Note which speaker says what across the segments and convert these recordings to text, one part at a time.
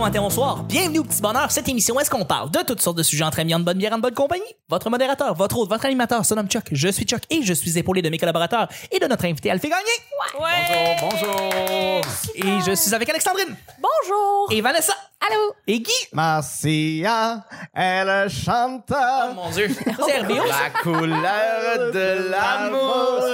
Speaker 1: matin, bonsoir. Bienvenue au Petit Bonheur, cette émission où est-ce qu'on parle de toutes sortes de sujets entre amis, en bonne bière, en bonne compagnie. Votre modérateur, votre hôte, votre animateur se nomme Chuck, je suis Chuck et je suis épaulé de mes collaborateurs et de notre invité Alphé Gagné.
Speaker 2: Ouais.
Speaker 3: Bonjour.
Speaker 1: Et je suis avec Alexandrine
Speaker 2: Bonjour.
Speaker 1: et Vanessa
Speaker 2: Allô.
Speaker 1: et Guy.
Speaker 3: Marcia, elle chante
Speaker 1: Ah, Oh, mon dieu. C'est RBO, ça?
Speaker 3: la couleur de l'amour.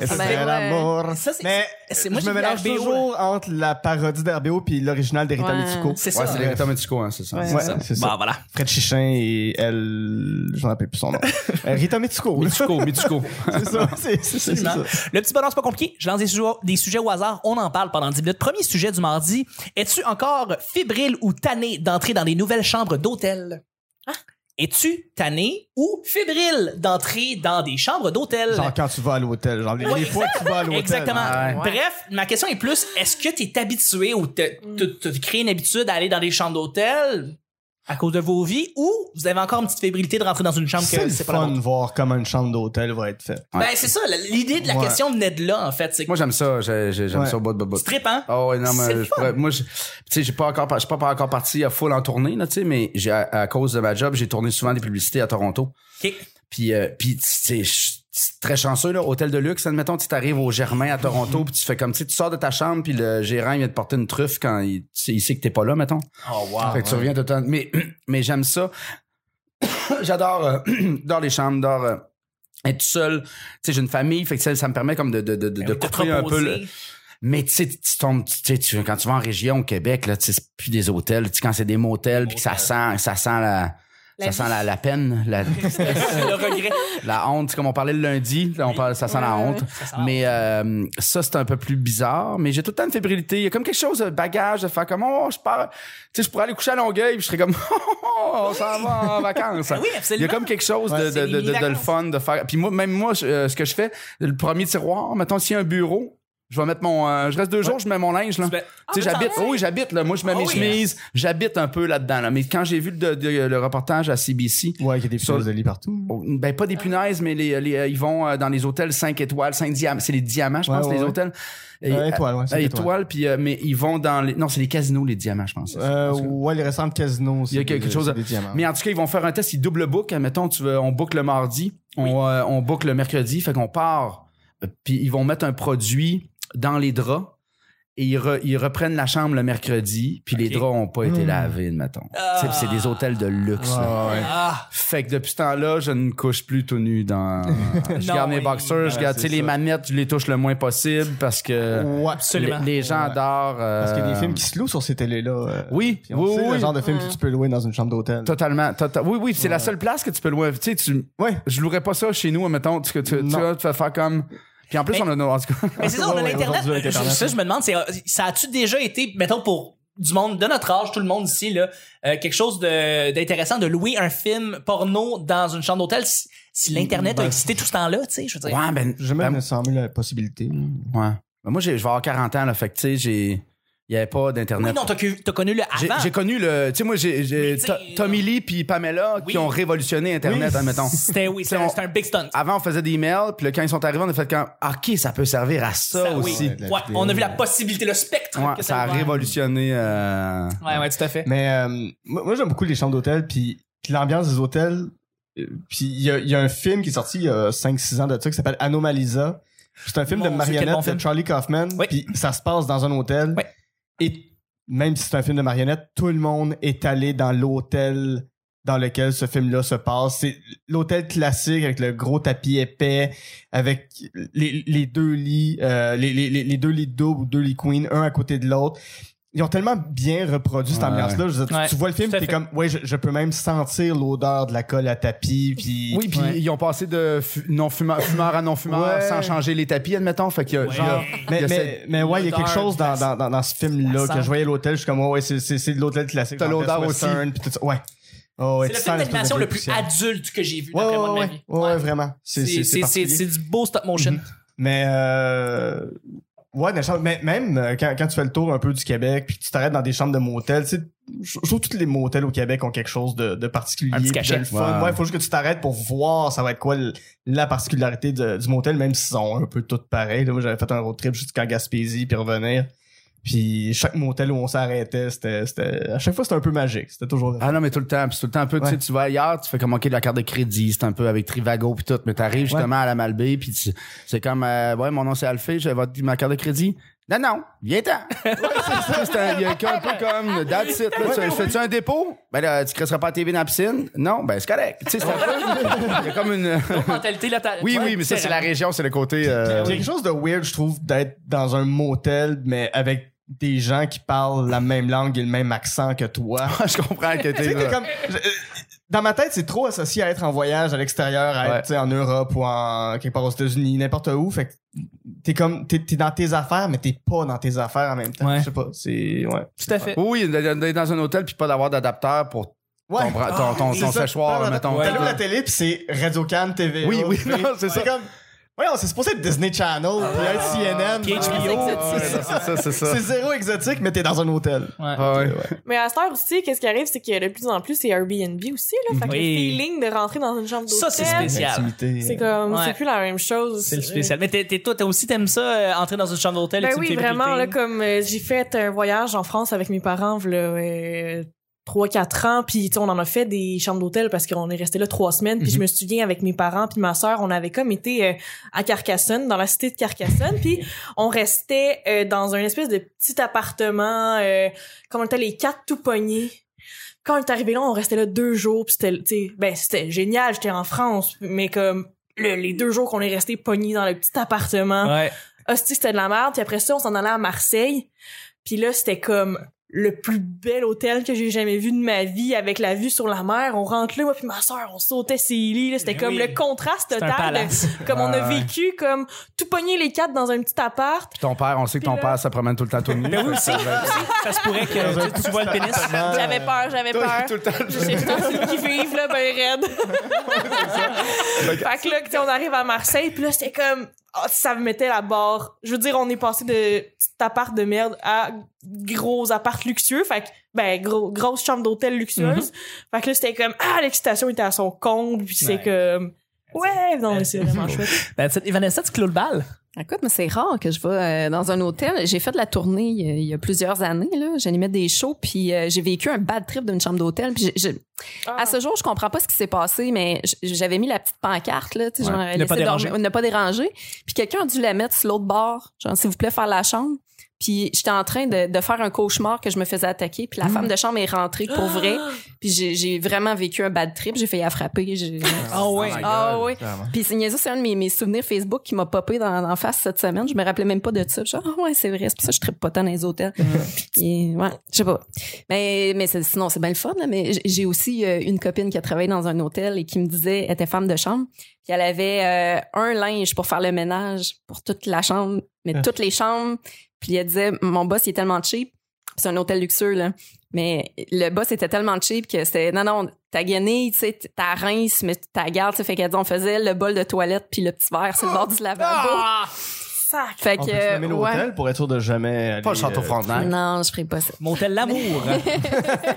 Speaker 3: Et ça,
Speaker 2: Ben
Speaker 3: c'est
Speaker 2: ouais.
Speaker 3: l'amour.
Speaker 1: Ah, Ça, c'est-
Speaker 3: Mais
Speaker 1: c'est- moi,
Speaker 3: je
Speaker 1: j'ai
Speaker 3: me
Speaker 1: vu
Speaker 3: mélange
Speaker 1: RBO,
Speaker 3: toujours entre la parodie d'RBO puis l'original d'Erita
Speaker 2: Ouais.
Speaker 3: Mitsuko.
Speaker 1: C'est ça.
Speaker 3: Ouais,
Speaker 1: Ouais.
Speaker 3: c'est
Speaker 4: Directeur Mético, hein, c'est ça.
Speaker 2: Ouais.
Speaker 3: Ouais, c'est ça.
Speaker 1: Bah voilà.
Speaker 3: Fred Chichin et elle... Je n'en rappelle plus son nom. Euh, Rita Mitsuko. là.
Speaker 4: Mético, Mético.
Speaker 3: c'est ça. C'est c'est- c'est ça.
Speaker 1: Absolument. Le petit bonheur, c'est pas compliqué. Je lance des sujets, des sujets au hasard. On en parle pendant 10 minutes. Premier sujet du mardi. Es-tu encore fébrile ou tanné d'entrer dans des nouvelles chambres d'hôtel? Es-tu tanné ou fébrile d'entrer dans des chambres d'hôtel?
Speaker 3: Genre quand tu vas à l'hôtel. Genre les, les fois que tu vas à l'hôtel. Ah,
Speaker 1: Exactement.
Speaker 4: Ouais.
Speaker 1: Bref, ma question est plus, est-ce que tu es habitué ou tu te créé une habitude à aller dans des chambres d'hôtel à cause de vos vies ou vous avez encore une petite fébrilité de rentrer dans une chambre
Speaker 3: C'est
Speaker 1: que
Speaker 3: le
Speaker 1: euh, c'est pas la
Speaker 3: fun de
Speaker 1: vôtre?
Speaker 3: voir comment une chambre d'hôtel va être faite.
Speaker 1: Ben, c'est ça. la- L'idée de la
Speaker 3: Ouais.
Speaker 1: question venait de là, en fait. C'est que
Speaker 4: Moi, j'aime ça. j'ai- j'ai- J'aime
Speaker 3: Ouais.
Speaker 4: ça au bout de bout.
Speaker 1: tu tripes, hein?
Speaker 3: Ah.
Speaker 4: Oh, ouais, non,
Speaker 1: C'est le
Speaker 4: mais je
Speaker 1: fun.
Speaker 4: pourrais- moi, je- tu sais, j'ai pas encore, par- je suis pas encore parti à full en tournée, là, tu sais, mais j'ai, à, à cause de ma job, j'ai tourné souvent des publicités à Toronto.
Speaker 1: Ok.
Speaker 4: Puis, euh, puis tu sais, je suis très chanceux, là, hôtel de luxe, admettons, tu arrives au Germain à Toronto, puis tu fais comme, tu sais, tu sors de ta chambre, puis le gérant, il vient te porter une truffe quand il, tu sais, il sait que t'es pas là, mettons.
Speaker 1: Oh, wow.
Speaker 4: fait que tu reviens tout le temps. Mais, mais j'aime ça. J'adore euh, j'adore les chambres, j'adore euh, être tout seul. Tu sais, j'ai une famille, fait que ça, ça me permet comme de, de, de, de
Speaker 1: Ben Oui, te
Speaker 4: couper un peu. le-
Speaker 1: reposer.
Speaker 4: Mais tu sais, tu tombes, tu sais, tu- quand tu vas en région au Québec, là, tu sais, c'est plus des hôtels. Tu sais, quand c'est des motels, puis que ça sent, ça sent la,
Speaker 2: La
Speaker 4: ça sent la, la peine, la,
Speaker 1: le regret.
Speaker 4: la honte, comme on parlait le lundi, là, on parle, ça sent la honte.
Speaker 1: sent
Speaker 4: Mais euh, ça, c'est un peu plus bizarre. Mais j'ai tout le temps une fébrilité. Il y a comme quelque chose de bagage, de faire comme, oh, je pars, tu sais, je pourrais aller coucher à Longueuil, puis je serais comme, oh, on s'en va en vacances.
Speaker 1: Ah oui,
Speaker 4: Il y
Speaker 1: absolument.
Speaker 4: a comme quelque chose
Speaker 1: Ouais,
Speaker 4: de,
Speaker 1: c'est
Speaker 4: de, de,
Speaker 1: les
Speaker 4: de- de le
Speaker 1: vacances.
Speaker 4: fun de faire. Puis moi, même moi, je- euh, ce que je fais, le premier tiroir, mettons, s'il y a un bureau, je vais mettre mon. euh, je reste deux jours, je mets mon linge, là.
Speaker 1: Tu fais- Ah,
Speaker 4: tu sais,
Speaker 1: mais t'en
Speaker 4: j'habite.
Speaker 1: restes?
Speaker 4: oui, j'habite, là. Moi, je mets
Speaker 1: Ah
Speaker 4: mes
Speaker 1: oui.
Speaker 4: chemises. J'habite un peu là-dedans, là. Mais quand j'ai vu le, le- le reportage à CBC,
Speaker 3: Ouais, il y a des
Speaker 4: Sur-
Speaker 3: punaises de lit partout.
Speaker 4: ben, pas
Speaker 1: Ah.
Speaker 4: des punaises, mais les, les, euh, ils vont euh, dans les hôtels 5 étoiles, 5 diamants. C'est les diamants, je
Speaker 3: Ouais,
Speaker 4: pense,
Speaker 3: ouais,
Speaker 4: les
Speaker 3: ouais.
Speaker 4: hôtels. Et,
Speaker 3: Euh, étoiles, ouais, cinq
Speaker 4: euh,
Speaker 3: étoiles.
Speaker 4: étoiles, puis, euh, mais ils vont dans les. Non, c'est les casinos, les diamants, je pense.
Speaker 3: Euh, ouais, les récents casinos.
Speaker 4: Il y a quelque chose.
Speaker 3: Des diamants.
Speaker 4: Mais en tout cas, ils vont faire un test, ils double book. Admettons, tu veux, on book le mardi, on, euh, on book le mercredi, fait qu'on part. Euh, Puis ils vont mettre un produit dans les draps et ils, re- ils reprennent la chambre le mercredi, puis les
Speaker 1: Ok.
Speaker 4: draps n'ont pas été
Speaker 3: Hmm.
Speaker 4: lavés, admettons.
Speaker 1: Ah.
Speaker 4: Tu sais, puis C'est des hôtels de luxe. là.
Speaker 3: Ah, ouais.
Speaker 1: Ah,
Speaker 4: Fait que depuis ce temps-là, je ne couche plus tout nu dans. je
Speaker 1: Non,
Speaker 4: garde mes
Speaker 1: oui.
Speaker 4: boxers, je
Speaker 3: Ouais,
Speaker 4: garde tu
Speaker 3: Ben, c'est
Speaker 4: sais, les
Speaker 3: ça.
Speaker 4: manettes, je les touche le moins possible parce que
Speaker 3: Ouais.
Speaker 1: absolument.
Speaker 4: les, les gens
Speaker 3: Ouais.
Speaker 4: adorent. euh,
Speaker 3: Parce qu'il y a des films qui se louent sur ces télés-là. euh,
Speaker 4: Oui,
Speaker 3: puis
Speaker 4: oui,
Speaker 3: on sait
Speaker 4: oui.
Speaker 3: le genre de film
Speaker 2: Ouais.
Speaker 3: que tu peux louer dans une chambre d'hôtel.
Speaker 4: Totalement. tota- Oui, oui, c'est la seule place que tu peux louer. Tu sais, tu,
Speaker 3: Ouais.
Speaker 4: je louerais pas ça chez nous, mettons. Tu, tu, tu,
Speaker 3: Non.
Speaker 4: vois, tu vas faire comme. Puis en plus,
Speaker 1: Mais-
Speaker 4: on a nos. En tout cas,
Speaker 1: Mais c'est ça, on a
Speaker 3: Ouais, ouais,
Speaker 1: l'Internet.
Speaker 3: aujourd'hui, avec
Speaker 1: Je-
Speaker 3: Internet.
Speaker 1: Ça, je me demande, c'est, euh, ça a-tu déjà été, mettons, pour du monde de notre âge, tout le monde ici, là, euh, quelque chose de- d'intéressant de louer un film porno dans une chambre d'hôtel si, si l'Internet a
Speaker 3: Ben,
Speaker 1: existé tout ce temps-là, tu sais, je veux dire.
Speaker 4: ouais, ben.
Speaker 3: J'ai jamais
Speaker 4: ben,
Speaker 3: nécessairement eu la possibilité.
Speaker 4: ouais. Ben, moi, j'ai- je vais avoir 40 ans, là. Fait que, tu sais, j'ai. Il n'y avait pas
Speaker 1: Oui,
Speaker 4: d'Internet.
Speaker 1: non, t'as, que- t'as connu le
Speaker 4: J'ai-
Speaker 1: avant.
Speaker 4: J'ai connu le. Tu sais, moi, j'ai. j'ai-
Speaker 1: Mais tu
Speaker 4: To-
Speaker 1: sais,
Speaker 4: Tommy Lee puis Pamela
Speaker 1: Oui.
Speaker 4: qui ont révolutionné Internet,
Speaker 3: Oui.
Speaker 4: admettons.
Speaker 1: C'était, oui, c'était,
Speaker 4: on- Ah,
Speaker 1: c'était un big stunt.
Speaker 4: Avant, on faisait des emails, puis là, quand ils sont arrivés, on a fait comme. OK, ça peut servir à ça,
Speaker 1: Ça, oui.
Speaker 4: aussi.
Speaker 1: Ouais,
Speaker 3: la vidéo.
Speaker 1: on a vu la possibilité, le spectre.
Speaker 4: Ouais,
Speaker 1: que
Speaker 4: ça a
Speaker 1: ouvert.
Speaker 4: révolutionné. euh,
Speaker 1: Ouais, ouais, tout à fait.
Speaker 3: Mais euh, moi, moi, j'aime beaucoup les chambres d'hôtel, puis puis l'ambiance des hôtels. euh, Puis il y a, il y a un film qui est sorti il y a 5-6 ans de ça qui s'appelle Anomalisa. C'est un film
Speaker 1: Mon
Speaker 3: de
Speaker 1: Dieu, quel bon
Speaker 3: marionnettes
Speaker 1: film.
Speaker 3: de Charlie Kaufman.
Speaker 1: Oui.
Speaker 3: Puis ça se passe dans un hôtel.
Speaker 1: Oui.
Speaker 3: Et même si c'est un film de marionnettes, tout le monde est allé dans l'hôtel dans lequel ce film-là se passe. C'est l'hôtel classique avec le gros tapis épais, avec les, les deux lits, euh, les, les, les- les deux lits doubles ou deux lits queen, un à côté de l'autre. Ils ont tellement bien reproduit cette
Speaker 4: Ouais.
Speaker 3: ambiance-là. Je veux dire, tu-
Speaker 1: Ouais,
Speaker 3: tu vois le film,
Speaker 1: tout à
Speaker 3: t'es
Speaker 1: fait.
Speaker 3: comme, ouais, je, je peux même sentir l'odeur de la colle à tapis, puis.
Speaker 4: Oui, puis
Speaker 1: Ouais.
Speaker 4: ils ont passé de fu- non fumeur, fumeur à non fumeur
Speaker 3: Ouais.
Speaker 4: sans changer les tapis, admettons. Fait que,
Speaker 1: Ouais.
Speaker 4: euh, genre, il y
Speaker 3: Mais,
Speaker 4: a cette-
Speaker 3: mais, mais ouais, il y a quelque chose dans, dans, dans, dans ce
Speaker 1: Ça
Speaker 3: film-là que
Speaker 1: sent.
Speaker 3: je voyais à l'hôtel, je suis comme, ouais, ouais, c'est, c'est, c'est de l'hôtel classique.
Speaker 4: T'as
Speaker 3: genre
Speaker 4: l'odeur
Speaker 3: Best Western, puis tout ça. Ouais. Oh, ouais,
Speaker 1: c'est le film
Speaker 3: tu sens l'espèce de
Speaker 1: d'animation le plus
Speaker 3: poussière.
Speaker 1: adulte que j'ai vu,
Speaker 3: Ouais,
Speaker 1: d'après
Speaker 3: ouais,
Speaker 1: moi, de ma
Speaker 3: ouais,
Speaker 1: vie.
Speaker 3: ouais, ouais, vraiment. C'est, c'est, c'est,
Speaker 1: c'est-
Speaker 3: particulier.
Speaker 1: c'est du beau stop motion.
Speaker 3: Mais, euh, ouais, dans les chambres- mais- même euh, quand, quand tu fais le tour un peu du Québec, puis que tu t'arrêtes dans des chambres de motels, tu sais, je je trouve que tous les motels au Québec ont quelque chose de, de particulier.
Speaker 1: Un petit
Speaker 3: puis
Speaker 1: cachet.
Speaker 3: de le fun.
Speaker 4: Ouais.
Speaker 3: Ouais, faut juste que tu t'arrêtes pour voir ça va être quoi le- la particularité de- du motel, même s'ils sont un peu toutes pareilles. Là, moi, j'avais fait un road trip jusqu'en Gaspésie puis revenir. Puis chaque motel où on s'arrêtait, c'était, c'était- à chaque fois, c'était un peu magique. C'était toujours.
Speaker 4: Ah non, mais tout le temps. Puis c'est tout le temps un peu, tu sais,
Speaker 3: Ouais.
Speaker 4: tu vas ailleurs, tu fais comme, OK, de la carte de crédit, c'est un peu avec Trivago puis tout, mais t'arrives justement à la Malbaie puis tu- c'est comme, euh, ouais, mon nom c'est Alphée, j'ai votre- ma carte de crédit. Non, non, viens-t'en. C'est un- Il y a un peu comme, that's it. là, tu- Fais-tu un dépôt? Ben là, tu ne pas la TV dans la piscine? Non, ben c'est correct. Tu sais, c'est un peu- il y a comme une...
Speaker 2: mentalité là. t'as-
Speaker 4: Oui,
Speaker 2: ouais,
Speaker 4: oui, mais ça, c'est la région, c'est le côté... euh,
Speaker 3: Il y a quelque chose de weird, je trouve, d'être dans un motel, mais avec des gens qui parlent la même langue et le même accent que toi.
Speaker 4: je comprends que
Speaker 3: Tu
Speaker 4: t'es...
Speaker 3: sais, t'es comme- je- euh, dans ma tête, c'est trop associé à être en voyage à l'extérieur, à être
Speaker 4: Ouais.
Speaker 3: tu sais, en Europe ou en quelque part aux États-Unis, n'importe où. Fait que t'es comme t'es, t'es dans tes affaires, mais t'es pas dans tes affaires en même temps.
Speaker 1: Ouais.
Speaker 3: Je sais pas. C'est ouais.
Speaker 1: Tout à fait.
Speaker 4: Oui, d'être dans un hôtel puis pas d'avoir d'adaptateur pour ton, bra- ton, ton,
Speaker 3: Ah, c'est
Speaker 4: ton
Speaker 3: ça.
Speaker 4: séchoir,
Speaker 3: Parle-
Speaker 4: mettons.
Speaker 1: Ouais.
Speaker 3: T'allumes la télé puis c'est Radio Can TV.
Speaker 4: Oui, oui, non, c'est ça.
Speaker 3: comme ouais, on s'est supposé être Disney Channel puis être CNN.
Speaker 1: Puis
Speaker 3: Ouais,
Speaker 1: HBO.
Speaker 4: Ah, Ouais, c'est ça, c'est ça.
Speaker 3: Ah, C'est zéro exotique, mais t'es dans un hôtel.
Speaker 1: Ouais.
Speaker 4: Ah ouais.
Speaker 5: Mais à cette heure aussi, qu'est-ce qui arrive, c'est que de plus en plus, c'est Airbnb aussi, là. Fait que
Speaker 1: Mhm. Oui.
Speaker 5: le feeling de rentrer dans une chambre
Speaker 1: Ça,
Speaker 5: d'hôtel.
Speaker 1: c'est spécial.
Speaker 3: Intimité.
Speaker 5: C'est comme,
Speaker 1: Ouais.
Speaker 5: c'est plus la même chose.
Speaker 1: C'est le spécial. Mais t'es, t'es- toi, t'as aussi, t'aimes ça, euh, entrer dans une chambre d'hôtel et
Speaker 5: Ben
Speaker 1: tu
Speaker 5: oui,
Speaker 1: fais
Speaker 5: vraiment, là,
Speaker 1: briqueter.
Speaker 5: comme euh, j'ai fait un voyage en France avec mes parents, voilà, 3-4 ans, puis tu sais, on en a fait des chambres d'hôtel parce qu'on est resté là trois semaines, puis je
Speaker 1: Mhm.
Speaker 5: me souviens avec mes parents puis ma sœur, on avait comme été euh, à Carcassonne, dans la cité de Carcassonne, puis on restait euh, dans un espèce de petit appartement, euh, comme on était les quatre tout pognés. Quand on est arrivé là, on restait là deux jours, puis c'était, tu sais, ben c'était génial, j'étais en France, mais comme le- les deux jours qu'on est resté pognés dans le petit appartement,
Speaker 1: Ouais.
Speaker 5: hostie, Ah, c'était de la merde. Puis après ça, on s'en allait à Marseille. Puis là, c'était comme le plus bel hôtel que j'ai jamais vu de ma vie avec la vue sur la mer. On rentre là, moi puis ma soeur, on sautait ses lits. là. C'était
Speaker 1: Ben
Speaker 5: comme
Speaker 1: oui.
Speaker 5: le contraste
Speaker 1: C'est un
Speaker 5: total. de-
Speaker 1: palace.
Speaker 5: comme on a
Speaker 4: Ouais, ouais.
Speaker 5: vécu, comme tout pogné les quatre dans un petit appart.
Speaker 4: Puis ton père, on sait que ton
Speaker 5: Puis là-
Speaker 4: père, ça promène tout le temps tout nu.
Speaker 1: Ben oui, aussi. ça se pourrait que tu, tu vois le pénis.
Speaker 5: J'avais peur, j'avais peur.
Speaker 4: tout le temps.
Speaker 5: Je sais putain, c'est qui vive, là, ben raide. fait que là, tu sais, on arrive à Marseille, puis là, c'était comme... ah, ça me mettait la barre. Je veux dire, on est passé de petit appart de merde à gros appart luxueux. Fait que, ben, gros, grosse chambre d'hôtel luxueuse. Fait que là, c'était comme... Ah, l'excitation était à son comble. Puis c'est
Speaker 1: Ouais.
Speaker 5: comme... Ouais, non, mais c'est vraiment chouette.
Speaker 1: Ben, tu sais, Vanessa, tu clôt le bal.
Speaker 6: Écoute, mais c'est rare que je vais euh, dans un hôtel. J'ai fait de la tournée euh, il y a, il y a plusieurs années. Là. J'animais des shows, puis euh, j'ai vécu un bad trip d'une chambre d'hôtel. Puis j'ai- j'ai- À ce jour, je comprends pas ce qui s'est passé, mais j- j'avais mis la petite pancarte, là, tu sais,
Speaker 4: Ouais.
Speaker 6: genre,
Speaker 1: Ne
Speaker 6: laissez
Speaker 1: pas déranger.
Speaker 6: dormir- ne pas déranger. Puis quelqu'un a dû la mettre sur l'autre bord, genre, s'il vous plaît, faire la chambre. Puis j'étais en train de, de faire un cauchemar que je me faisais attaquer. Puis la femme de chambre est rentrée pour vrai. Puis j'ai, j'ai vraiment vécu un bad trip. J'ai failli la frapper. J'ai-
Speaker 1: Ah ouais.
Speaker 4: my
Speaker 6: Ah
Speaker 4: God.
Speaker 6: ouais. Puis c'est niaiseux, c'est un de mes, mes souvenirs Facebook qui m'a popé dans, en face cette semaine. Je me rappelais même pas de ça. Je suis ah ouais, c'est vrai, c'est pour ça que je trippe pas tant dans les hôtels. Puis, ouais, je sais pas. Mais, mais c'est- sinon, c'est bien le fun. là, mais j- j'ai aussi euh, une copine qui a travaillé dans un hôtel et qui me disait, elle était femme de chambre, puis elle avait euh, un linge pour faire le ménage pour toute la chambre, mais
Speaker 3: Ah.
Speaker 6: toutes les chambres. Puis elle disait, mon boss, il est tellement cheap. Puis C'est un hôtel luxueux, là. Mais le boss était tellement cheap que c'était non, non, ta guenille, tu sais, t- ta rince, mais ta garde, tu sais, fait qu'elle dit, on faisait le bol de toilette puis le petit verre sur le bord du lavabo.
Speaker 1: Ah!
Speaker 5: Sac!
Speaker 6: Fait
Speaker 3: On
Speaker 6: que.
Speaker 3: peut se nommer
Speaker 6: euh,
Speaker 3: l'hôtel pour être sûr de jamais. Aller,
Speaker 4: Pas le château
Speaker 3: euh,
Speaker 4: Frontenac.
Speaker 6: Non, je ferais pas ça.
Speaker 1: Motel l'amour.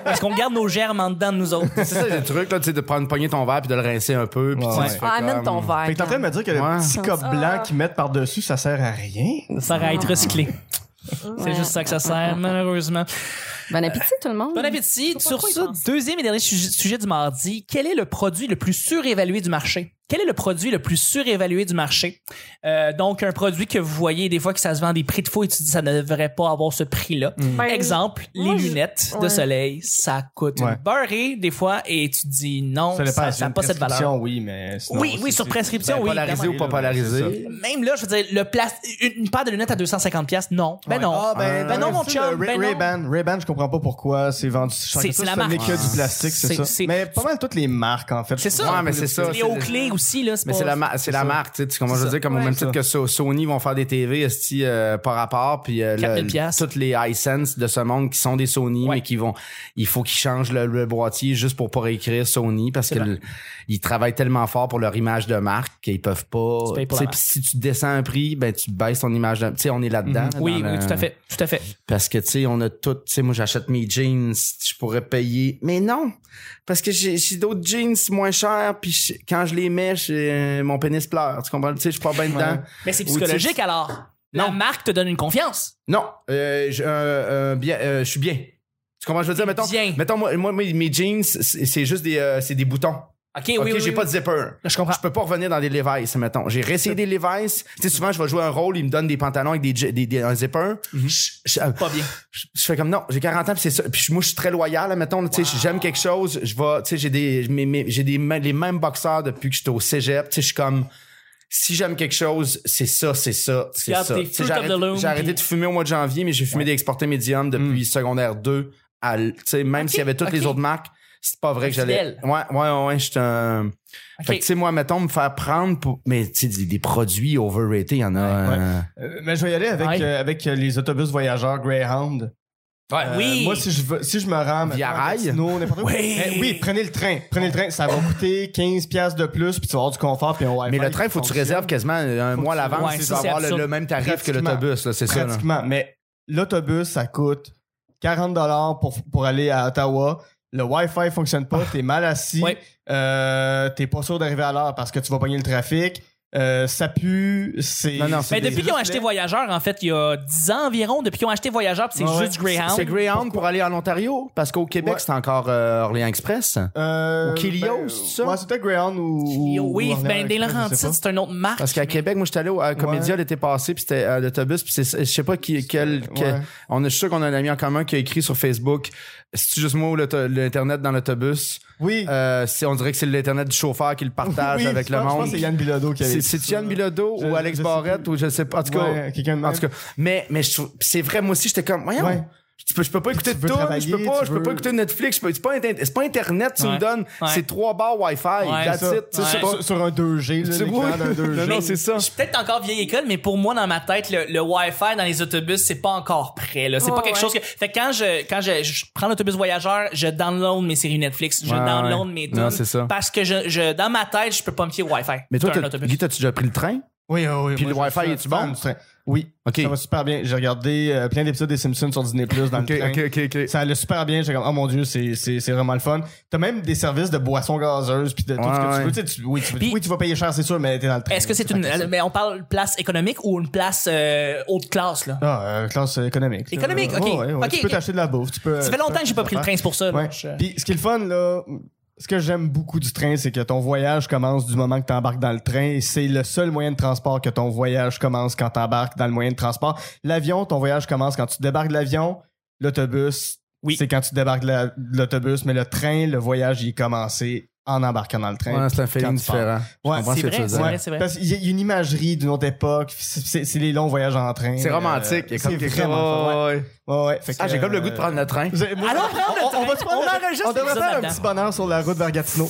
Speaker 1: Parce qu'on garde nos germes en dedans de nous autres.
Speaker 4: C'est ça, le truc, là, tu sais, de prendre, pogner ton verre puis de le rincer un peu. Puis tu
Speaker 3: Ouais.
Speaker 4: te fais
Speaker 6: Ah, amène
Speaker 4: comme-
Speaker 6: ton verre.
Speaker 3: Fait que t'es en train de me dire que le
Speaker 4: Ouais.
Speaker 3: petit cop blanc qu'ils mettent par-dessus, ça sert à rien?
Speaker 1: Ça sert à être recyclé. C'est juste ça que ça sert, malheureusement.
Speaker 6: Bon appétit, tout le monde.
Speaker 5: Hmm.
Speaker 1: Bon appétit.
Speaker 5: Faut pas
Speaker 1: Sur
Speaker 5: trop y
Speaker 1: ce,
Speaker 5: penser.
Speaker 1: deuxième et dernier sujet, sujet du mardi, quel est le produit le plus surévalué du marché? Quel est le produit le plus surévalué du marché? Euh, donc, un produit que vous voyez des fois que ça se vend à des prix de fou et tu te dis ça ne devrait pas avoir ce prix-là.
Speaker 5: Ben,
Speaker 1: Exemple,
Speaker 5: moi,
Speaker 1: les
Speaker 5: je-
Speaker 1: lunettes de
Speaker 5: ouais.
Speaker 1: soleil, ça coûte
Speaker 3: Ouais.
Speaker 1: une beurrée des fois et tu te dis non,
Speaker 3: Ça dépend.
Speaker 1: ça
Speaker 3: c'est
Speaker 1: n'a
Speaker 3: une
Speaker 1: pas cette valeur.
Speaker 3: prescription, Oui, mais sinon,
Speaker 1: Oui,
Speaker 3: c'est-
Speaker 1: oui, sur
Speaker 3: c'est-
Speaker 1: prescription,
Speaker 4: Ben,
Speaker 1: oui.
Speaker 4: polarisé
Speaker 1: évidemment.
Speaker 4: ou pas
Speaker 3: Ouais,
Speaker 4: polarisé.
Speaker 3: c'est
Speaker 1: Même là, je veux dire, le plas- une, une paire de lunettes à 250$, piastres, non. Ben non.
Speaker 3: Ah,
Speaker 1: Ben non, mon
Speaker 3: c'est
Speaker 1: chum,
Speaker 3: le Ray-
Speaker 1: ben non.
Speaker 3: Ray-Ban, Ray-Ban, je comprends pas pourquoi c'est vendu. si cher
Speaker 1: C'est-
Speaker 3: que ça,
Speaker 1: c'est la
Speaker 3: ça n'est
Speaker 1: marque.
Speaker 3: que du plastique,
Speaker 1: C'est-
Speaker 3: c'est ça.
Speaker 1: c'est-
Speaker 3: Mais pas mal toutes les marques, en fait.
Speaker 1: C'est ça.
Speaker 4: Ouais, mais c'est ça.
Speaker 1: Les
Speaker 4: c'est-
Speaker 1: Oakley aussi, là.
Speaker 4: Mais
Speaker 1: pas-
Speaker 4: c'est la, ma- c'est la
Speaker 1: ça.
Speaker 4: marque, tu sais, tu- comment je
Speaker 1: C'est
Speaker 4: veux dire, comme au
Speaker 6: Ouais,
Speaker 4: même
Speaker 3: c'est
Speaker 4: titre que so- Sony vont faire des TV, esti, euh, par rapport, puis euh,
Speaker 1: 4000
Speaker 4: le-
Speaker 1: piastres.
Speaker 4: toutes les iSense de ce monde qui sont des Sony,
Speaker 1: Ouais.
Speaker 4: mais qui vont, il faut qu'ils changent le, le boîtier juste pour pas réécrire Sony parce
Speaker 1: C'est
Speaker 4: que
Speaker 1: vrai.
Speaker 4: le- ils travaillent tellement fort pour leur image de marque qu'ils peuvent pas.
Speaker 1: Tu payes pour
Speaker 4: tu sais,
Speaker 1: la
Speaker 4: puis si tu descends un prix, ben tu baisses ton image. de- Tu sais, on est là-dedans. là,
Speaker 1: Mhm. Oui,
Speaker 4: dans
Speaker 1: oui,
Speaker 4: le-
Speaker 1: tout à fait. Tout à fait.
Speaker 4: parce que, tu sais, on a tout. Tu sais, moi, j'achète mes jeans, je pourrais payer. Mais non! Parce que j'ai j'ai d'autres jeans moins chers, puis euh, je- quand je les mets, j'ai- mon pénis pleure. Tu comprends? Tu sais, je suis pas bien dedans.
Speaker 1: Mais c'est
Speaker 4: Ou tu-
Speaker 1: psychologique alors. La
Speaker 4: Non.
Speaker 1: marque te donne une confiance.
Speaker 4: Non, euh, je, euh, euh, bien, euh, je suis bien. Tu comprends, je veux dire, mettons,
Speaker 1: Bien.
Speaker 4: mettons moi, moi, mes mes jeans, c'est c'est juste des, euh, c'est des boutons.
Speaker 1: OK,
Speaker 4: Ok,
Speaker 1: oui, oui.
Speaker 4: j'ai
Speaker 1: oui,
Speaker 4: pas
Speaker 1: oui.
Speaker 4: de zipper.
Speaker 1: Je comprends.
Speaker 4: Je peux pas revenir dans des Levi's, mettons. J'ai réessayé des Levi's. Tu sais, souvent, je vais jouer un rôle, ils me donnent des pantalons avec des, je- des, des- un zipper. je,
Speaker 1: Mm-hmm.
Speaker 4: je- euh,
Speaker 1: Pas bien.
Speaker 4: je- je fais comme non, j'ai 40 ans, puis c'est ça. Puis je- moi, je suis très loyal, là, mettons. là, Tu sais, j'aime quelque chose, je vais, tu sais, j'ai des, mes- mes- j'ai des, mêmes- les mêmes boxeurs depuis que j'étais au cégep. Tu sais, je suis comme, si j'aime quelque chose, c'est ça, c'est ça, c'est
Speaker 1: Garde
Speaker 4: ça.
Speaker 1: tes
Speaker 4: Tu sais,
Speaker 1: fruit
Speaker 4: J'ai
Speaker 1: of the
Speaker 4: arrêté-
Speaker 1: loom,
Speaker 4: j'ai arrêté
Speaker 1: puis- Mm-hmm.
Speaker 4: de fumer au mois de janvier, mais j'ai fumé des exportés médiums depuis secondaire 2. À, l- tu sais, même
Speaker 1: Ok,
Speaker 4: s'il y avait toutes les
Speaker 1: ok.
Speaker 4: autres marques, c'est pas vrai que j'allais.
Speaker 1: Fidèle.
Speaker 4: Ouais, ouais, ouais, ouais, j'étais un.
Speaker 1: OK.
Speaker 4: Fait que, tu sais, moi, mettons, me faire prendre pour. Mais, tu sais, des, des produits overrated, il y en a.
Speaker 3: Ouais.
Speaker 4: euh,
Speaker 3: Euh, mais je vais y aller avec,
Speaker 1: Ouais.
Speaker 3: euh, avec euh, les autobus voyageurs Greyhound. Euh,
Speaker 1: oui.
Speaker 3: Moi, si je, veux- si je me rends maintenant
Speaker 4: Via
Speaker 3: à
Speaker 4: rail?
Speaker 3: Gatineau, n'importe où,
Speaker 1: Oui.
Speaker 3: eh oui, prenez le train. Prenez le train. Ça va coûter 15 piastres de plus, puis tu vas avoir du confort, puis un Wi-Fi
Speaker 4: Mais le train,
Speaker 3: qui
Speaker 4: faut que tu
Speaker 3: fonctionne.
Speaker 4: réserves quasiment un
Speaker 3: Faut
Speaker 4: mois
Speaker 3: que
Speaker 4: à
Speaker 3: tu-
Speaker 4: l'avance.
Speaker 1: Ouais,
Speaker 4: tu
Speaker 1: ça,
Speaker 4: vas
Speaker 1: c'est
Speaker 4: avoir le,
Speaker 1: absurde.
Speaker 4: le même tarif que
Speaker 3: Pratiquement.
Speaker 4: l'autobus, là, c'est ça. là.
Speaker 3: Pratiquement. Mais l'autobus, ça coûte 40 dollars pour, pour aller à Ottawa. Le Wi-Fi fonctionne pas, t'es mal assis,
Speaker 1: Ouais.
Speaker 3: euh, t'es pas sûr d'arriver à l'heure parce que tu vas pogner le trafic, euh, ça pue, c'est...
Speaker 4: Non, non,
Speaker 3: c'est
Speaker 1: Mais
Speaker 3: des-
Speaker 1: depuis qu'ils ont acheté Voyageurs, en fait, il y a 10 ans environ, depuis qu'ils ont acheté Voyageurs, puis c'est
Speaker 3: Ouais,
Speaker 1: juste
Speaker 3: ouais.
Speaker 1: Greyhound.
Speaker 4: C'est Greyhound pour aller en Ontario, parce qu'au Québec,
Speaker 3: Ouais.
Speaker 4: c'est encore euh, Orléans Express.
Speaker 3: Euh,
Speaker 4: Ou Kilios, c'est ça?
Speaker 3: Ouais, c'était Greyhound ou... ou
Speaker 1: oui,
Speaker 3: Orléans
Speaker 1: ben, des
Speaker 3: Express, je sais
Speaker 1: Laurentides,
Speaker 3: pas.
Speaker 1: c'est une autre marque.
Speaker 4: Parce qu'à Québec, moi, j'étais allé au- à Comédia l'été passé, puis c'était à l'autobus, puis c'est- je sais pas qui, quel.
Speaker 3: Ouais.
Speaker 4: quel- on est sûr qu'on a un ami en commun qui a écrit sur Facebook C'est juste moi ou l'auto- l'Internet dans l'autobus
Speaker 3: Oui,
Speaker 4: Euh, c'est- On dirait que c'est l'Internet du chauffeur qui le partage
Speaker 3: Oui,
Speaker 4: avec
Speaker 3: je
Speaker 4: le
Speaker 3: pense- Je pense
Speaker 4: monde.
Speaker 3: que c'est Yann Bilodeau qui avait
Speaker 4: C'est
Speaker 3: dit
Speaker 4: c'est
Speaker 3: ça.
Speaker 4: Yann Bilodeau
Speaker 3: Je-
Speaker 4: ou
Speaker 3: je
Speaker 4: Alex
Speaker 3: sais
Speaker 4: Barrette
Speaker 3: plus.
Speaker 4: ou je sais pas. En tout cas,
Speaker 3: Ouais, quelqu'un de
Speaker 4: En
Speaker 3: même.
Speaker 4: tout cas, mais, mais je trouve- c'est vrai, moi aussi, j'étais comme, voyons,
Speaker 3: Ouais.
Speaker 4: je, peux, je peux pas écouter
Speaker 3: tu
Speaker 4: de
Speaker 3: veux
Speaker 4: tout, je
Speaker 3: travailler,
Speaker 4: peux pas,
Speaker 3: tu
Speaker 4: je peux pas
Speaker 3: veux-
Speaker 4: écouter Netflix, je peux- c'est pas, inter- c'est pas Internet, tu
Speaker 1: Ouais.
Speaker 4: me donnes,
Speaker 1: Ouais.
Speaker 4: c'est trois barres Wi-Fi,
Speaker 1: Ouais,
Speaker 4: that's
Speaker 3: Ça,
Speaker 4: it, tu sais,
Speaker 1: Ouais.
Speaker 4: je sais pas.
Speaker 3: sur, sur un 2G, là,
Speaker 4: C'est
Speaker 3: l'écran
Speaker 4: oui.
Speaker 3: d'un 2G.
Speaker 4: Non, non, c'est ça.
Speaker 1: Je suis peut-être encore vieille école, mais pour moi, dans ma tête, le, le Wi-Fi dans les autobus, c'est pas encore prêt. là. C'est
Speaker 5: Oh,
Speaker 1: pas quelque
Speaker 5: ouais.
Speaker 1: chose que. Fait que quand je quand je, je prends l'autobus voyageur, je download mes séries Netflix, je
Speaker 4: Ouais,
Speaker 1: download
Speaker 4: ouais.
Speaker 1: mes
Speaker 4: Non,
Speaker 1: tunes,
Speaker 4: c'est ça.
Speaker 1: Parce que je, je dans ma tête, je peux pas me fier au Wi-Fi.
Speaker 4: Mais toi,
Speaker 1: T'as un
Speaker 4: t'as-
Speaker 1: autobus.
Speaker 4: Guy, t'as-tu déjà pris le train?
Speaker 3: Oui, oui, oui.
Speaker 4: Puis
Speaker 3: Moi,
Speaker 4: le
Speaker 3: je
Speaker 4: Wi-Fi,
Speaker 3: suis
Speaker 4: es-tu
Speaker 3: fan
Speaker 4: bon?
Speaker 3: du train. Oui.
Speaker 4: Ok.
Speaker 3: Ça va super bien. J'ai regardé euh, plein d'épisodes des Simpsons sur Disney Plus dans le train.
Speaker 4: ok, ok.
Speaker 3: Ça allait super bien. J'étais comme, oh mon Dieu, c'est- c'est c'est vraiment le fun. T'as même des services de boissons gazeuses puis de tout
Speaker 4: Ouais,
Speaker 3: ce que
Speaker 4: ouais.
Speaker 3: tu veux. Tu sais, tu- oui, tu,
Speaker 1: Puis-
Speaker 3: oui, tu vas payer cher, c'est sûr, mais t'es dans le train.
Speaker 1: Est-ce que c'est une.
Speaker 3: facile.
Speaker 1: Mais on parle place économique ou une place euh, haute classe, là?
Speaker 3: Ah, euh, classe économique. là.
Speaker 1: Économique, ok.
Speaker 3: Ouais, ouais, ouais.
Speaker 1: Ok,
Speaker 3: Tu peux
Speaker 1: ok.
Speaker 3: t'acheter de la bouffe. Tu peux,
Speaker 1: Ça fait longtemps que j'ai pas pris le train, c'est pour ça. euh. là.
Speaker 3: Ouais.
Speaker 1: Je-
Speaker 3: Puis ce qui est le fun, là, ce que j'aime beaucoup du train, c'est que ton voyage commence du moment que tu embarques dans le train et c'est le seul moyen de transport que ton voyage commence quand tu embarques dans le moyen de transport. L'avion, ton voyage commence quand tu débarques de l'avion. L'autobus,
Speaker 1: Oui.
Speaker 3: c'est quand tu débarques de la- de l'autobus, mais le train, le voyage, il est commencé en embarquant dans le train.
Speaker 4: Ouais, c'est un
Speaker 3: puis quand
Speaker 4: feeling
Speaker 3: tu pars.
Speaker 4: différent. Je
Speaker 3: Ouais,
Speaker 4: comprends
Speaker 1: c'est
Speaker 4: ce que tu
Speaker 1: vrai,
Speaker 4: veux
Speaker 1: c'est
Speaker 4: dire.
Speaker 1: vrai, c'est vrai.
Speaker 3: Parce qu'il y a- il y a une imagerie d'une autre époque. C'est- C'est c'est les longs voyages en train.
Speaker 4: C'est
Speaker 3: Euh,
Speaker 4: romantique. il y a comme
Speaker 3: c'est
Speaker 4: quelque
Speaker 3: vraiment. le fun.
Speaker 4: chose- ouais.
Speaker 3: Ouais, ouais, ouais. Fait que,
Speaker 4: Ah, j'ai comme le goût de
Speaker 3: euh,
Speaker 4: prendre le train.
Speaker 3: vous avez- moi,
Speaker 1: Allons prendre le
Speaker 3: on- on
Speaker 1: train.
Speaker 3: va se prendre
Speaker 1: On
Speaker 3: le-
Speaker 1: enregistre
Speaker 3: On devrait
Speaker 1: l'épisode
Speaker 3: faire un
Speaker 1: là-dedans.
Speaker 3: petit bonheur sur la route vers Gatineau.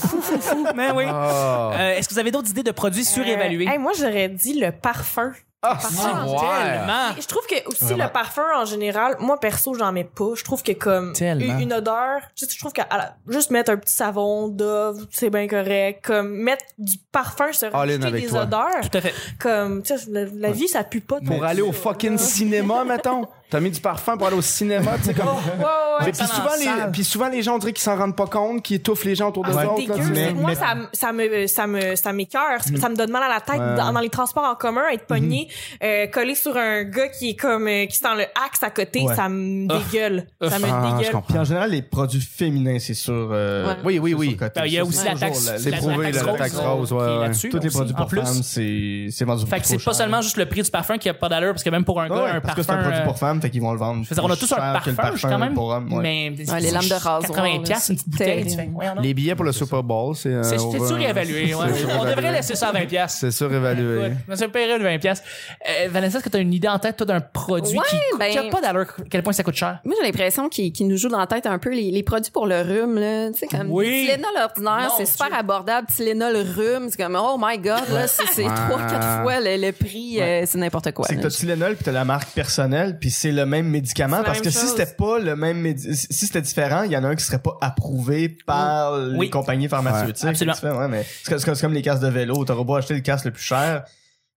Speaker 1: Mais Ben oui.
Speaker 4: Ah.
Speaker 1: Euh, Est-ce que vous avez d'autres idées de produits surévalués?
Speaker 5: Euh, hey, moi, j'aurais dit le parfum.
Speaker 4: Ah,
Speaker 5: parfum.
Speaker 4: ouais.
Speaker 1: Tellement.
Speaker 5: Je trouve que aussi
Speaker 3: Vraiment.
Speaker 5: le parfum en général, moi perso, j'en mets pas. Je trouve que comme
Speaker 1: Tellement.
Speaker 5: une une odeur, tu sais, je trouve que à la- juste mettre un petit savon Dove, c'est bien correct. Comme mettre du parfum sur
Speaker 4: All in avec
Speaker 5: des
Speaker 4: toi.
Speaker 5: odeurs,
Speaker 1: Tout à fait.
Speaker 5: comme tu sais, la, la vie ça pue pas.
Speaker 4: Pour
Speaker 5: tant
Speaker 4: aller
Speaker 5: que
Speaker 4: au
Speaker 5: ça,
Speaker 4: fucking
Speaker 5: là.
Speaker 4: cinéma, mettons. T'as mis du parfum pour aller au cinéma, tu sais, comme.
Speaker 5: Ouais, ouais, ouais.
Speaker 4: Puis
Speaker 1: pendant
Speaker 4: souvent,
Speaker 1: la
Speaker 4: les,
Speaker 1: salle.
Speaker 4: puis souvent, les gens, on dirait qu'ils s'en rendent pas compte, qu'ils étouffent les gens autour
Speaker 5: Ah,
Speaker 4: d'eux
Speaker 5: c'est
Speaker 4: autres. là,
Speaker 5: dégueu.
Speaker 4: tu sais.
Speaker 3: mais-
Speaker 5: moi,
Speaker 3: mais-
Speaker 5: ça, me- ça me, ça me, ça m'écœure. Ça, me donne mal à la tête
Speaker 4: Mm. Ouais. Mm-hmm.
Speaker 5: dans, dans les transports en commun, être pogné, euh, collé sur un gars qui est comme, euh, qui est dans le axe à côté,
Speaker 3: Ouais.
Speaker 5: ça me
Speaker 1: Ouf.
Speaker 5: dégueule. Ça me
Speaker 4: Ah, je
Speaker 5: dégueule.
Speaker 4: comprends.
Speaker 3: Puis en général, les produits féminins, c'est sûr. euh,
Speaker 6: Ouais.
Speaker 4: Oui, oui, oui.
Speaker 3: surcoté.
Speaker 1: Ben, il y a
Speaker 3: Ça,
Speaker 1: aussi
Speaker 3: c'est
Speaker 1: la
Speaker 3: toujours
Speaker 1: taxe.
Speaker 3: la-
Speaker 4: C'est
Speaker 1: la-
Speaker 4: prouvé,
Speaker 1: la
Speaker 4: là, la taxe rose, ouais,
Speaker 1: qui est
Speaker 4: ouais.
Speaker 1: là-dessus,
Speaker 3: Tous les
Speaker 1: aussi,
Speaker 3: produits
Speaker 1: en
Speaker 3: pour
Speaker 1: plus.
Speaker 3: femmes, c'est c'est vendu
Speaker 1: Fait
Speaker 3: beaucoup
Speaker 1: que c'est
Speaker 3: trop
Speaker 1: pas
Speaker 3: cher.
Speaker 1: seulement juste le prix du parfum qui a pas d'allure, parce que même pour un gars,
Speaker 3: Ouais, ouais,
Speaker 1: un
Speaker 3: parce
Speaker 1: parfum.
Speaker 3: que c'est un produit
Speaker 1: euh,
Speaker 3: pour femmes, fait qu'ils vont le vendre.
Speaker 1: je veux dire, on a tous un
Speaker 3: cher que
Speaker 1: parfum,
Speaker 3: le
Speaker 1: quand même.
Speaker 3: pour hommes, ouais.
Speaker 1: Mais
Speaker 6: Ouais, les lames de rasoir,
Speaker 1: 80
Speaker 6: là,
Speaker 1: piastres,
Speaker 6: c'est
Speaker 1: une petite bouteille, tu
Speaker 6: terrible.
Speaker 1: fais, voyons donc.
Speaker 4: Les billets pour le Super Bowl, c'est. euh,
Speaker 1: C'est c'est
Speaker 4: over.
Speaker 1: surévalué. ouais.
Speaker 4: C'est
Speaker 1: On
Speaker 4: surévalué.
Speaker 1: devrait laisser ça à 20 piastres.
Speaker 4: C'est surévalué.
Speaker 1: Je me suis payé le 20 piastres. Euh, Vanessa, est-ce que tu as une idée en tête, toi, d'un produit
Speaker 6: Ouais,
Speaker 1: qui coûte-
Speaker 6: ben-
Speaker 1: qui a pas d'allure, à quel point ça coûte cher?
Speaker 6: Moi, j'ai l'impression qu'ils qu'ils nous jouent dans la tête un peu les, les produits pour le rhume, là. Tu sais, comme
Speaker 1: Oui.
Speaker 6: du Tylenol ordinaire,
Speaker 1: Mon
Speaker 6: c'est super
Speaker 1: Dieu.
Speaker 6: abordable. Tylenol rhume, c'est comme, oh my god, là, c'est c'est
Speaker 4: Ouais.
Speaker 6: trois, quatre fois le, le prix, euh, c'est n'importe quoi.
Speaker 3: C'est que
Speaker 6: là.
Speaker 3: t'as Tylenol puis t'as la marque personnelle puis c'est le même médicament
Speaker 5: C'est la
Speaker 3: parce
Speaker 5: même
Speaker 3: que si
Speaker 5: chose.
Speaker 3: c'était pas le même médi- si si c'était différent il y en a un qui serait pas approuvé par
Speaker 1: Oui.
Speaker 3: les compagnies pharmaceutiques
Speaker 1: Ouais, absolument.
Speaker 3: Tu fais, ouais, mais c'est comme- c'est comme, c'est comme les casques de vélo t'auras beau acheter le casque le plus cher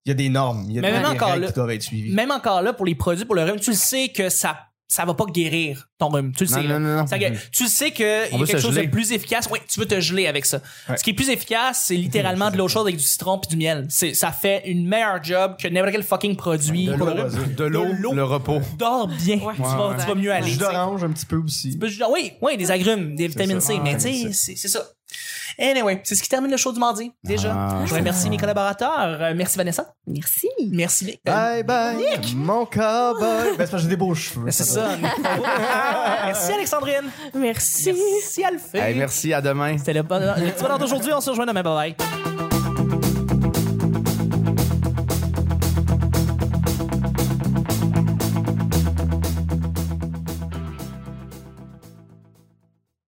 Speaker 3: il y a des normes il y a
Speaker 1: Mais
Speaker 3: des,
Speaker 1: même
Speaker 3: des
Speaker 1: encore
Speaker 3: règles
Speaker 1: là-
Speaker 3: qui doivent être suivies
Speaker 1: Même encore là, pour les produits, pour le rhume, tu le sais que ça ça va pas guérir ton rhume. Tu le sais.
Speaker 4: Non,
Speaker 1: là.
Speaker 4: non, non, non.
Speaker 1: Ça guérit. Tu le sais qu'il y a
Speaker 4: On veut
Speaker 1: quelque
Speaker 4: se
Speaker 1: chose
Speaker 4: geler.
Speaker 1: de plus efficace. Oui, tu veux te geler avec ça.
Speaker 3: Ouais.
Speaker 1: Ce qui est plus efficace, c'est littéralement de l'eau chaude avec du citron puis du miel. C'est, ça fait une meilleure job que n'importe quel fucking produit.
Speaker 3: De
Speaker 1: pour le
Speaker 3: l'eau,
Speaker 1: rhume.
Speaker 3: vas-y.
Speaker 4: De l'eau,
Speaker 1: l'eau.
Speaker 4: le repos.
Speaker 1: Dors bien.
Speaker 5: Ouais.
Speaker 1: tu, vas,
Speaker 4: Ouais,
Speaker 1: tu
Speaker 5: ouais.
Speaker 1: vas mieux aller.
Speaker 5: Ouais.
Speaker 3: Jus
Speaker 1: tu sais.
Speaker 3: d'orange un petit peu aussi.
Speaker 1: Ben, je- Oui, oui, des agrumes, des vitamines
Speaker 3: ça.
Speaker 1: C. Mais
Speaker 3: Ah,
Speaker 1: tu sais,
Speaker 3: c'est
Speaker 1: c'est c'est ça. Anyway, c'est ce qui termine le show du mardi, déjà.
Speaker 4: Ah.
Speaker 1: je remercie mes collaborateurs. Euh, merci Vanessa.
Speaker 6: Merci.
Speaker 1: Merci Euh, Nick.
Speaker 3: Bye bye, mon cowboy. Ben, c'est parce que j'ai des beaux cheveux.
Speaker 1: Ben, c'est ça. merci Alexandrine.
Speaker 5: Merci.
Speaker 1: Merci Alphée.
Speaker 4: Hey, merci, à demain.
Speaker 1: C'était le bon. Le petit bonheur d'aujourd'hui. On se rejoint demain. Bye bye.